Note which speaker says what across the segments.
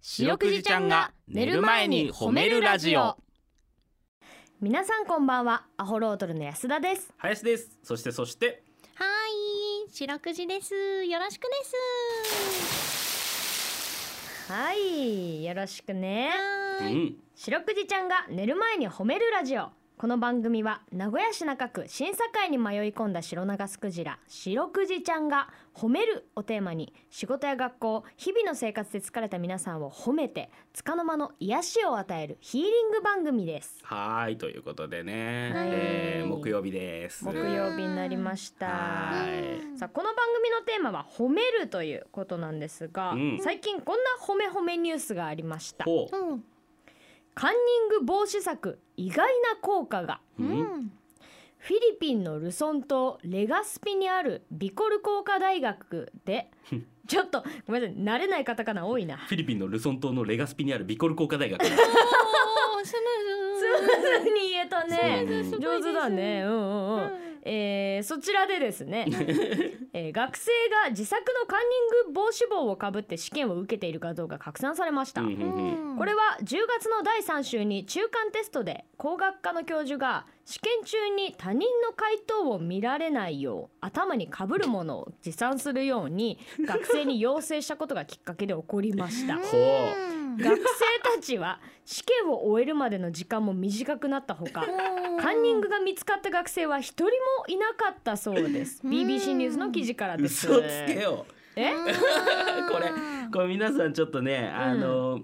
Speaker 1: 白くじちゃんが寝る前に褒めるラジオ
Speaker 2: 皆さんこんばんはアホロートルの安田です
Speaker 1: 林ですそしてそして
Speaker 3: はーい、白くじです。よろしくです。
Speaker 2: はいよろしくね
Speaker 1: う
Speaker 3: はーい。
Speaker 1: ん
Speaker 2: 白くじちゃんが寝る前に褒めるラジオこの番組は名古屋市中区審査会に迷い込んだ白長スクジラ白くじちゃんが褒めるをテーマに仕事や学校日々の生活で疲れた皆さんを褒めて束の間の癒しを与えるヒーリング番組です
Speaker 1: はーいということでね、
Speaker 2: はい
Speaker 1: えー、木曜日です
Speaker 2: 木曜日になりました
Speaker 1: はーい
Speaker 2: さあこの番組のテーマは「褒める」ということなんですが、
Speaker 1: うん
Speaker 2: 最近こんな褒め褒めニュースがありました
Speaker 1: ほ
Speaker 3: うん、
Speaker 2: カンニング防止策意外な効果が
Speaker 1: う、うん、
Speaker 2: フィリピンのルソン島レガスピにあるビコル工科大学 でちょっとごめんなさい慣れないカタカナ多いな
Speaker 1: フィリピンのルソン島のレガスピにあるビコル工科大学ね
Speaker 3: おー、ス
Speaker 2: ス
Speaker 3: ム
Speaker 2: ムーズに言えたね
Speaker 1: うん
Speaker 3: ーズ。すご
Speaker 2: 上
Speaker 3: いです
Speaker 2: 手だね。うんうんうんえーそちらでです ね、えー学生が自作のカンニング防止棒をかぶって試験を受けている画像が拡散されました、
Speaker 1: うん
Speaker 3: う
Speaker 1: うん
Speaker 3: ん
Speaker 2: これは10月の第3週に中間テストで工学科の教授が試験中に他人の回答を見られないよう頭にかぶるものを持参するよ うに学生に要請したことがきっかけで起こりました
Speaker 3: うん
Speaker 1: ほ
Speaker 2: 学生たちは試験を終えるまでの時間も短くなったほか
Speaker 3: おー
Speaker 2: カンニングが見つかった学生は一人もいなかったそうです
Speaker 3: うん
Speaker 2: BBC ニュースの記事から
Speaker 1: うん
Speaker 2: です
Speaker 1: 嘘つけよ
Speaker 2: え
Speaker 3: うん
Speaker 1: これこれ皆さんちょっとねあの、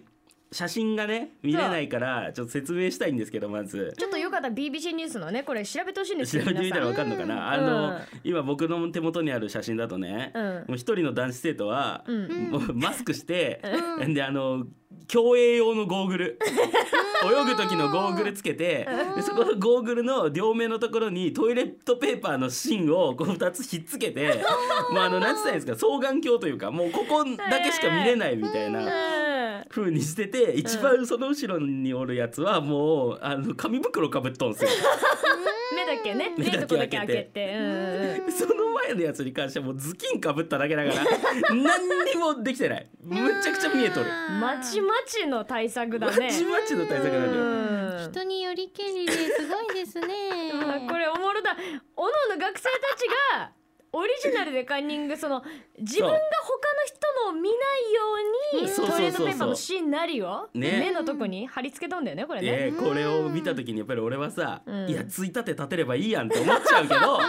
Speaker 1: 写真がね見れないからちょっと説明したいんですけどまず
Speaker 2: ちょっとよかったら BBC ニュースのねこれ調べてほしいんです
Speaker 1: 調
Speaker 2: よ
Speaker 1: べてみたらわかんのかな、あの、
Speaker 2: うん
Speaker 1: 今僕の手元にある写真だとね、
Speaker 2: うん
Speaker 1: もう一人の男子生徒は、
Speaker 2: うんうん
Speaker 1: もうマスクして、
Speaker 3: うん
Speaker 1: であの競泳用のゴーグル泳ぐ時のゴーグルつけてでそこのゴーグルの両目のところにトイレットペーパーの芯をこう2つひっつけてもうあの何て言ったらいいんですか双眼鏡というかもうここだけしか見れないみたいな。
Speaker 2: うん
Speaker 1: 風にしてて一番その後ろにおるやつはもうあの紙袋かぶっとんすよ
Speaker 2: 目だけね
Speaker 1: 目
Speaker 2: 目
Speaker 1: だけ
Speaker 2: とこだけ
Speaker 1: 開
Speaker 2: 開
Speaker 1: け
Speaker 2: け
Speaker 1: て
Speaker 2: てうんうんう ん
Speaker 1: その前のやつに関してはもう頭巾かぶっただけだから何にもできてないむちゃくちゃ見えとる
Speaker 2: まちまちの対策だ
Speaker 1: マ
Speaker 2: ね
Speaker 1: ジマジの対策なんだよ
Speaker 2: うん
Speaker 3: 人によりけりですごいですね
Speaker 2: うんこれおもろだおのおの学生たちがオリジナルでカンニングその自分が他の人のを見ないように
Speaker 1: そう
Speaker 2: トイレットペーパーの芯なりを
Speaker 1: ね
Speaker 2: 目のとこに貼り付けたんだよねこれ
Speaker 1: で
Speaker 2: ね。
Speaker 1: これを見た時にやっぱり俺はさ、
Speaker 2: うん
Speaker 1: いやついたて立てればいいやんって思っちゃうけど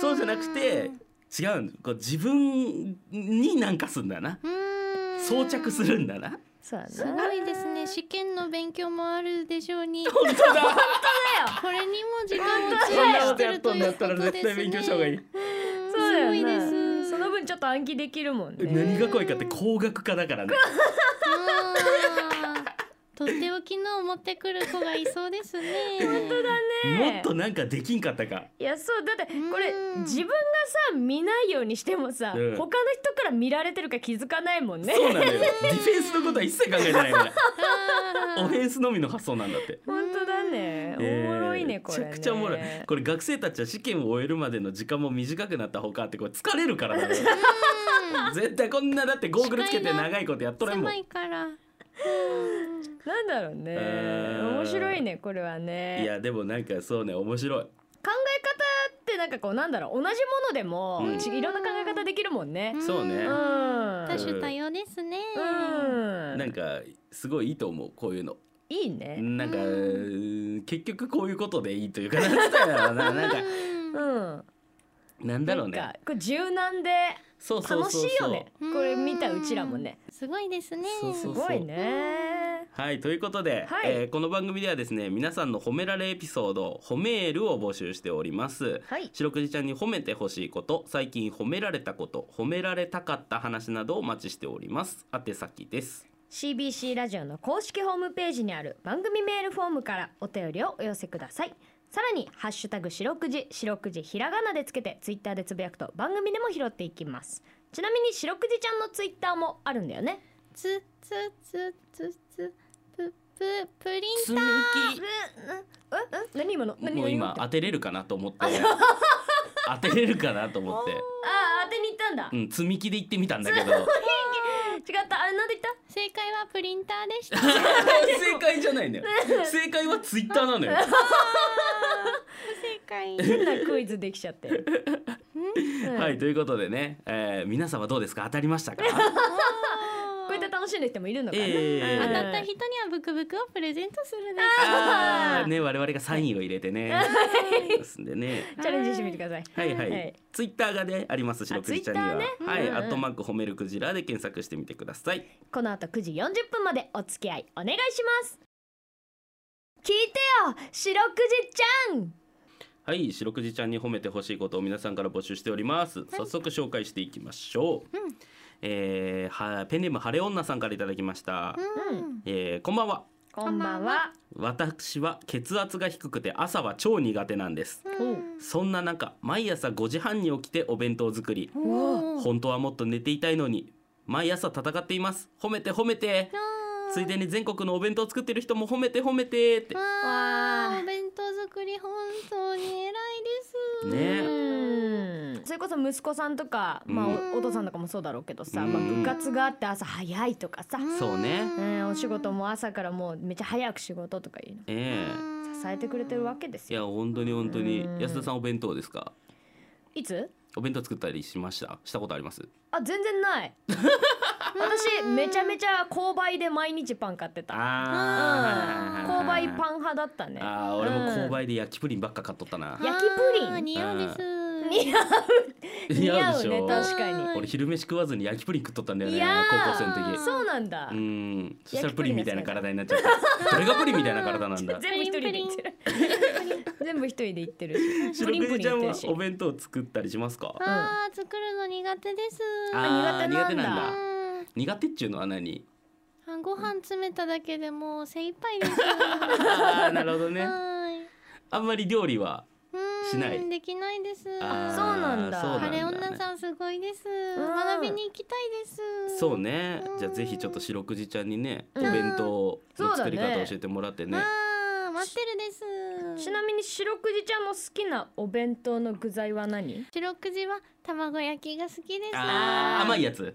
Speaker 1: そうじゃなくて違うんだよこう自分になんかすんだな
Speaker 3: うん
Speaker 1: 装着するんだな
Speaker 2: そうだ
Speaker 3: すごいですね試験の勉強もあるでしょうに
Speaker 1: 本当だ
Speaker 3: これにも時間を
Speaker 1: そん
Speaker 3: 費
Speaker 1: な
Speaker 3: や
Speaker 1: こ
Speaker 3: し
Speaker 1: と
Speaker 3: て
Speaker 1: やっ
Speaker 3: る
Speaker 1: と
Speaker 3: と
Speaker 1: ん
Speaker 3: い
Speaker 1: だ
Speaker 3: う
Speaker 1: っ
Speaker 3: こ
Speaker 1: た
Speaker 3: と
Speaker 1: ら
Speaker 3: ですね
Speaker 1: 絶対勉強した方がいい
Speaker 3: うん
Speaker 2: そうだ
Speaker 3: す
Speaker 2: よ
Speaker 3: ご
Speaker 2: ない
Speaker 3: です
Speaker 2: その分ちょっと暗記できるもんね。
Speaker 1: 何が怖いかって工学科だからね
Speaker 3: あーとっておきのを持ってくる子がいそうですね。本当だね。
Speaker 2: ね
Speaker 1: もっとなんかできんかったか
Speaker 2: いやそうだってこれ
Speaker 3: うん
Speaker 2: 自分がさ見ないようにしてもさ、
Speaker 1: うん
Speaker 2: 他の人から見られてるか気づかないもんね。
Speaker 1: そうなんだ よディフェンスのことは一切考えてないからオフェンスのみの発想なんだって
Speaker 2: 本当だね。 お
Speaker 1: えー
Speaker 2: もろいねこれね。
Speaker 1: めちゃくちゃおもろいこれ学生たちは試験を終えるまでの時間も短くなったほかってこれ疲れるから だよ絶対こんなだってゴーグルつけて長いことやっとれんもん
Speaker 3: 狭
Speaker 1: い
Speaker 3: いから。うん
Speaker 2: なんだろうね
Speaker 1: え。ー
Speaker 2: 面白いねこれはね。
Speaker 1: やでもなんかそうね面白い
Speaker 2: 考え方ってなんかこうなんだろう同じものでも、
Speaker 1: うん
Speaker 2: ちいろんな考え方できるもんね。
Speaker 1: そうね
Speaker 2: うん。
Speaker 3: 多種多様ですね。
Speaker 2: うん。
Speaker 1: なんかすごいいいと思うこういうの
Speaker 2: いいね。
Speaker 1: なんか
Speaker 3: う
Speaker 1: 結局こういうことでいいというかなんつったらいいのかななんか
Speaker 2: うん。
Speaker 1: なんだろう
Speaker 2: なん
Speaker 1: ね
Speaker 2: かこれ柔軟で
Speaker 1: そうそう
Speaker 2: 楽
Speaker 1: そう
Speaker 2: しい
Speaker 1: そ
Speaker 2: よ
Speaker 1: う
Speaker 2: ね。これ見たうちらもね。
Speaker 3: すごいですね。
Speaker 1: そうそ
Speaker 2: す
Speaker 1: う
Speaker 2: ごいね。
Speaker 1: はいということで、
Speaker 2: はい
Speaker 1: えーこの番組ではですね皆さんの褒められエピソード褒めールを募集しております
Speaker 2: はい。
Speaker 1: 白くじちゃんに褒めてほしいこと最近褒められたこと褒められたかった話などをお待ちしております宛先です
Speaker 2: CBC ラジオの公式ホームページにある番組メールフォームからお便りをお寄せくださいさらに「ハッシュタグ白くじ」「白くじ」ひらがなでつけてツイッターでつぶやくと番組でも拾っていきますちなみに白くじちゃんのツイッターもあるんだよね
Speaker 3: つつつつつぷぷプリン
Speaker 1: 積み
Speaker 2: え
Speaker 1: 木
Speaker 2: ええ何今の何
Speaker 1: もう
Speaker 2: 何
Speaker 1: 今
Speaker 2: あ
Speaker 1: 当てれるかなと思って 当てれるかなと思って
Speaker 2: あ当てに行ったんだ、
Speaker 1: うん積み木で行ってみたんだけど
Speaker 2: 違ったあれなんで言った
Speaker 3: 積正解はプリンターでした。
Speaker 1: 正解じゃ ないんだよ正解はツイッターなのよ
Speaker 3: 正解。
Speaker 2: 変なクイズできち ゃって。うん
Speaker 1: はいということでね、えー、皆さんはどうですか当たりましたか
Speaker 2: こうやって楽しんでる人もいるのかな。
Speaker 1: えー
Speaker 3: 当たった人にはブクブクをプレゼントするで
Speaker 1: あーね我々がサインを入れてねですんでね
Speaker 3: ー
Speaker 2: チャレンジしてみてください。
Speaker 1: はいはい、
Speaker 2: はい
Speaker 1: ツイッターがねありますし
Speaker 2: あ
Speaker 1: ろくじちゃんには、
Speaker 2: ツイッターね
Speaker 1: はい、
Speaker 2: うんうん
Speaker 1: アットマーク褒めるクジラで検索してみてください
Speaker 2: この後9時40分までお付き合いお願いします。聞いてよ、白くじちゃん。
Speaker 1: はい白くじちゃんに褒めてほしいことを皆さんから募集しております早速紹介していきましょう、
Speaker 3: うん
Speaker 1: えーはペンネーム晴れ女さんからいただきました、
Speaker 3: す。
Speaker 2: う
Speaker 1: えーこんばんは
Speaker 2: こんばんは。
Speaker 1: 私は血圧が低くて朝は超苦手なんです
Speaker 3: うん
Speaker 1: そんな中毎朝5時半に起きてお弁当作り
Speaker 3: うんおー
Speaker 1: 本当はもっと寝ていたいのに毎朝戦っています褒めて褒めて
Speaker 3: あー
Speaker 1: ついでに全国のお弁当作ってる人も褒めて褒めてってね
Speaker 3: わ
Speaker 2: わ
Speaker 3: ー
Speaker 2: ー
Speaker 3: お弁当作り本当に偉いです。
Speaker 2: うんそれこそ息子さんとか、まあ、
Speaker 1: うん
Speaker 2: おお父さんとかもそうだろうけどさ、
Speaker 1: うん
Speaker 2: まあ、部活があって朝早いとかさ、
Speaker 3: ん
Speaker 1: そうね
Speaker 2: うんお仕事も朝からもうめっちゃ早く仕事とかいうの
Speaker 1: え
Speaker 2: 支えてくれてるわけです
Speaker 1: いや
Speaker 2: よ
Speaker 1: 本当に本当に
Speaker 2: うん
Speaker 1: 安田さんお弁当ですか
Speaker 2: いつ
Speaker 1: お弁当作ったりしましたしたことあります
Speaker 2: あ全然ない 私めちゃめちゃ購買で毎日パン買ってた
Speaker 1: あ
Speaker 2: うん購買
Speaker 1: ン
Speaker 2: パン派だったね
Speaker 1: あー俺も購
Speaker 2: うん
Speaker 1: 買で焼きプリンばっか買っとったな
Speaker 2: 焼きプリン
Speaker 3: あー似合うです。
Speaker 2: 似合似合うね
Speaker 1: 似
Speaker 2: 確かに
Speaker 3: うん
Speaker 1: 俺昼飯食わずに焼きプリン食っとったんだよ
Speaker 2: い
Speaker 1: ね
Speaker 2: やー
Speaker 1: 高校生の時
Speaker 2: そうなんだ、
Speaker 1: うんそしたらプリンみたいな体になっちゃったそれがプリンみたいな体なんだ
Speaker 2: 全部一人で行ってる 全部一人で行ってる しプリン
Speaker 1: 白く
Speaker 2: プリ
Speaker 1: じ
Speaker 2: ン
Speaker 1: ちゃ
Speaker 2: 行
Speaker 1: ん
Speaker 2: って
Speaker 1: は
Speaker 2: るし
Speaker 1: お弁当作ったりしますか
Speaker 3: あー作るの苦手です。
Speaker 1: あー
Speaker 2: 苦手なんだ
Speaker 3: う
Speaker 2: あ
Speaker 3: ん
Speaker 1: 苦手っちゅうのは何
Speaker 3: あご飯詰めただけでもう精一杯です。
Speaker 1: あ ーなるほどね
Speaker 3: はい。
Speaker 1: あんまり料理は
Speaker 3: うん
Speaker 1: しない
Speaker 3: できないです。
Speaker 1: あー
Speaker 2: そうなんだ
Speaker 1: そう
Speaker 3: 晴れ
Speaker 1: ね
Speaker 3: 女さんすごいです。
Speaker 2: ん
Speaker 3: 学びに行きたいです。
Speaker 1: そう。ね
Speaker 3: うん
Speaker 1: じゃあぜひちょっと白くじちゃんにねお
Speaker 2: うん
Speaker 1: 弁当の作り
Speaker 2: そうだ
Speaker 1: 方
Speaker 2: ね
Speaker 1: 教えてもらってね
Speaker 3: あー待ってるです。
Speaker 2: ちなみに白くじちゃんの好きなお弁当の具材は何
Speaker 3: 白くじは卵焼きが好きです。
Speaker 1: あー甘いやつ
Speaker 3: うん甘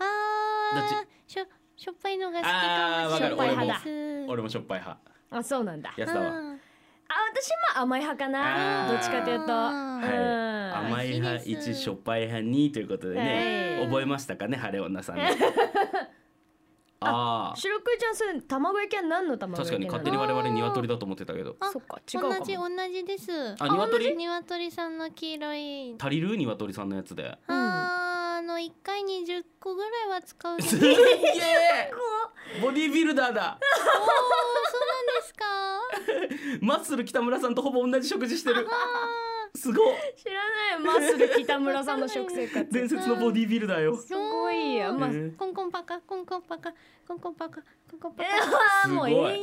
Speaker 3: あ
Speaker 1: ど
Speaker 3: あ
Speaker 1: っ
Speaker 3: しょしょっぱいのが好きかもしれ
Speaker 2: あーわ
Speaker 3: な
Speaker 2: かる
Speaker 3: いです。
Speaker 1: 俺もしょっぱい派
Speaker 2: あそうなんだあ
Speaker 1: 安田は
Speaker 3: うん
Speaker 2: 私も甘い派かな
Speaker 1: あー
Speaker 2: どっちかというと、
Speaker 3: は
Speaker 1: はい
Speaker 2: うん
Speaker 1: 甘い派
Speaker 3: 美味しいです
Speaker 1: 1しょっぱい派2ということでね
Speaker 2: はい
Speaker 1: 覚えましたかね晴れ女 さんねああ
Speaker 2: 白くじちゃんそれ卵焼きは何の卵
Speaker 1: 確か
Speaker 2: 焼き
Speaker 1: に
Speaker 2: なの
Speaker 1: 勝手に我々鶏だと思ってたけど
Speaker 3: あ
Speaker 2: そっか違う
Speaker 3: 同
Speaker 2: か
Speaker 3: じ
Speaker 2: も
Speaker 3: 同じです。
Speaker 1: あ鶏
Speaker 3: 鶏さんの黄色い。
Speaker 1: 足りる鶏さんのやつで
Speaker 2: うん
Speaker 3: あーあの一回に十個ぐらいは使う。おー
Speaker 1: す
Speaker 3: そう
Speaker 1: げえボディービルダーだ
Speaker 3: なん ですか。
Speaker 1: マッスル北村さんとほぼ同じ食事してるすごっ
Speaker 2: 知らないマッスル北村さんの食生 活
Speaker 1: 伝説のボディービルダーよ
Speaker 2: すごいよまあ、
Speaker 1: え
Speaker 2: え
Speaker 1: ー
Speaker 3: コンコンパカコンコンパカコンコンパカコンコンパカ。
Speaker 2: ー、もう
Speaker 1: す
Speaker 2: 永
Speaker 1: ごい
Speaker 2: 遠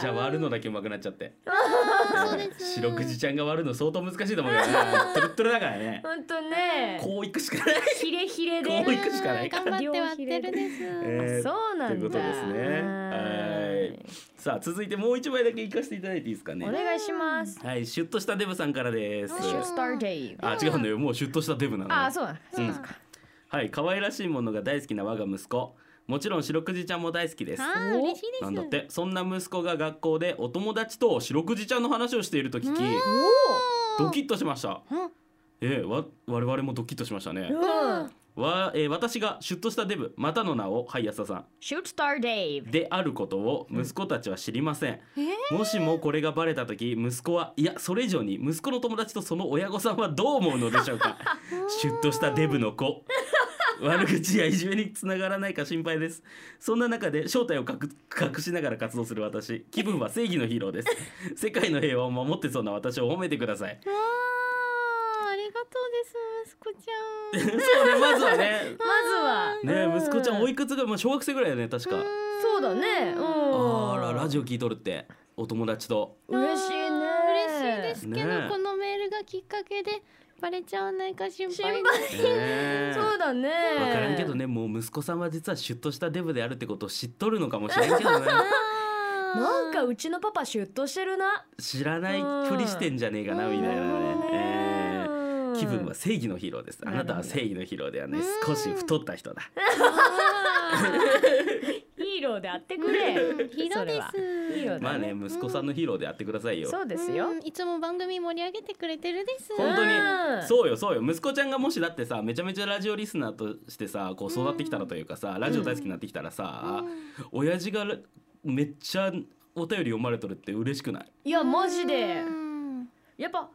Speaker 1: じゃあ
Speaker 2: だ
Speaker 1: 割るのだけうまくなっちゃって
Speaker 3: あーそうです。
Speaker 1: 白くじちゃんが割るの相当難しいと思うけ どねトゥルットゥルだからね
Speaker 2: ほんとね
Speaker 1: こういくし かない
Speaker 2: ヒレヒレ
Speaker 1: こうい
Speaker 2: で
Speaker 1: くしかない
Speaker 3: 頑張って割ってるです。
Speaker 1: えー
Speaker 2: そうなんだ
Speaker 1: ということですねはいさあ続いてもう一枚だけ行かせていただいていいですか
Speaker 2: お
Speaker 1: ね
Speaker 2: 願いします
Speaker 1: はいシュッとしたデブさんからです
Speaker 3: うん
Speaker 2: シュスターデイ
Speaker 1: あ違うんだよもうシュッとしたデブなの
Speaker 2: あーそうだ
Speaker 1: うんはい可愛らしいものが大好きな我が息子もちろん白くじちゃんも大好きです
Speaker 3: あー嬉しいです。
Speaker 1: なんだってそんな息子が学校でお友達と白くじちゃんの話をしていると聞きドキッとしました
Speaker 3: うん。
Speaker 1: えー、わ我々もドキッとしましたね
Speaker 2: おおうん
Speaker 1: わ、えー私がシュッとしたデブまたの名をはい安田さん
Speaker 2: シュースターデイ
Speaker 1: であることを息子たちは知りません、
Speaker 3: え
Speaker 1: もしもこれがバレた時息子はいやそれ以上に息子の友達とその親御さんはどう思うのでしょうかシュッとしたデブの子 悪口やいじめにつながらないか心配ですそんな中で正体を隠隠しながら活動する私気分は正義のヒーローです世界の平和を守ってそうな私を褒めてください
Speaker 3: わあ、ありがとうです、息子ちゃん。
Speaker 1: そうねまずはね
Speaker 2: まずは
Speaker 1: ね
Speaker 2: う
Speaker 1: 息子ちゃんおいくつぐらいもう小学生ぐらいだよね確か
Speaker 2: そうだねうん
Speaker 1: あらラジオ聞いとるってお友達と
Speaker 2: 嬉しいね
Speaker 3: 嬉しいですけど、
Speaker 1: ね
Speaker 3: このメールがきっかけでバレちゃわないか心配
Speaker 2: 心
Speaker 3: です。
Speaker 1: ね
Speaker 2: そうだね
Speaker 1: わからんけどねもう息子さんは実はシュッとしたデブであるってことを知っとるのかもしれんけ どね
Speaker 2: なんかうちのパパシュッとしてるな
Speaker 1: 知らないふりしてんじゃねえかなみたいなね、えー
Speaker 2: うん
Speaker 1: 気分は正義のヒーローですあなたは正義のヒーローではない少し太った人だ
Speaker 2: ヒーローであってくれ、
Speaker 3: うんヒーローで
Speaker 2: それは
Speaker 3: す。
Speaker 2: ヒーローだ
Speaker 1: まあね息子さんのヒーローでやってくださいよ、
Speaker 2: そうですよ
Speaker 3: うんいつも番組盛り上げてくれてるです。
Speaker 1: 本当に
Speaker 2: うん
Speaker 1: そうよそうよ息子ちゃんがもしだってさめちゃめちゃラジオリスナーとしてさこう育ってきたらというかさ、ラジオ大好きになってきたらさ、親父がらめっちゃお便り読まれとるって嬉しくない
Speaker 2: いやマジで
Speaker 3: うん
Speaker 2: やっぱは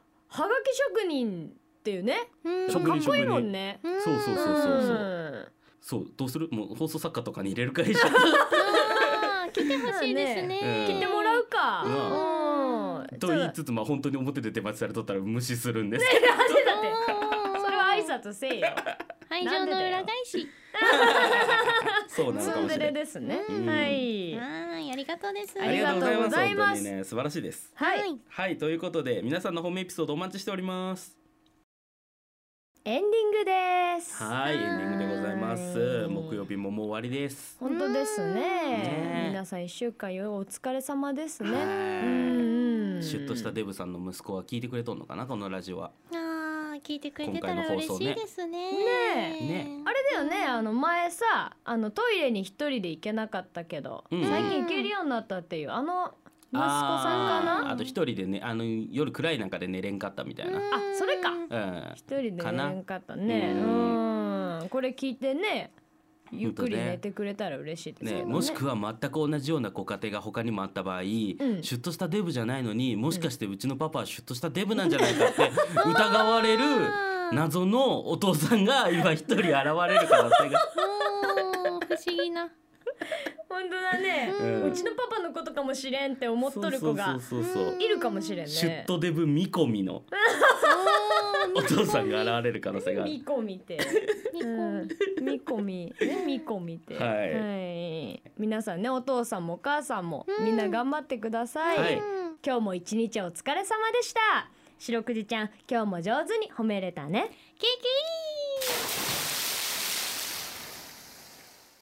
Speaker 2: がき職人っていうね
Speaker 3: うん
Speaker 1: 職
Speaker 2: かっ
Speaker 1: 人
Speaker 2: こいいもんね
Speaker 3: ん
Speaker 1: そうそうそうそうそうんそうどうするもう放送作家とかに入れるか いじゃ
Speaker 3: あー来てほしいです
Speaker 1: ね
Speaker 3: ね。
Speaker 1: うん来
Speaker 2: 言ってもらうか
Speaker 1: うん
Speaker 2: うん
Speaker 1: んと言いつつまあ本当に表で出待ちされとったら無視するんです
Speaker 2: えなんでだって
Speaker 3: うん
Speaker 2: それは挨拶せえよ
Speaker 3: 愛情の裏返
Speaker 1: けど
Speaker 3: し。
Speaker 1: そうなの
Speaker 2: ツ
Speaker 1: か
Speaker 2: ン
Speaker 1: も
Speaker 2: デ
Speaker 1: し
Speaker 2: レ
Speaker 1: れない
Speaker 2: ですね
Speaker 1: うん
Speaker 2: はい
Speaker 3: はい、ありがとうです。
Speaker 2: ありがとうござい
Speaker 1: ありがとう
Speaker 2: ます
Speaker 1: ござい本当にね素晴らしいです
Speaker 2: はい。
Speaker 1: はいということで皆さんのホームエピソードお待ちしております
Speaker 2: エンディングです
Speaker 1: はいエンディングでございます
Speaker 2: はい
Speaker 1: 木曜日ももう終わりです
Speaker 2: 本当です
Speaker 1: ね
Speaker 2: ね
Speaker 1: え
Speaker 2: 皆さん一週間よお疲れ様ですねう
Speaker 1: は
Speaker 2: んうん
Speaker 1: いシュッとしたデブさんの息子は聞いてくれとんのかなこのラジオは
Speaker 3: あー聞いてくれてたら嬉しいですね。
Speaker 1: ねねえ
Speaker 2: あれだよねあの前さあのトイレに一人で行けなかったけど、
Speaker 1: うん
Speaker 2: 最近行けるようになったっていうあの息子さんか
Speaker 1: あー
Speaker 2: なあ
Speaker 1: あと一人でねあの夜暗い中で寝れんかったみたいな
Speaker 3: うん
Speaker 2: それか
Speaker 1: うん
Speaker 2: 一人で寝れんかったね
Speaker 1: か
Speaker 2: う
Speaker 1: なん
Speaker 2: これ聞いてねゆっくり寝てくれたら嬉しいですよ
Speaker 1: ね、もしくは全く同じようなご家庭が他にもあった場合、シュッとしたデブじゃないのにもしかしてうちのパパはシュッとしたデブなんじゃないかって疑われる謎のお父さんが今一人現れる可能性が
Speaker 3: おー不思議な。
Speaker 2: 本当だね、
Speaker 1: う
Speaker 2: うんうちのパパのことかもしれんって思っとる子が
Speaker 1: そうそうそうそう
Speaker 2: いるかもしれんね
Speaker 1: シュッとデブ見込みのお父さんが現れる可能性がある
Speaker 2: みこみて
Speaker 3: ニ
Speaker 2: うん
Speaker 3: コ。
Speaker 2: みこみねみこみて
Speaker 1: はい
Speaker 2: い皆さんねお父さんもお母さんも、みんな頑張ってくださ
Speaker 1: はい
Speaker 2: い今日も一日お疲れ様でした。白くじちゃん、今日も上手に褒めれたね。
Speaker 3: ケーキ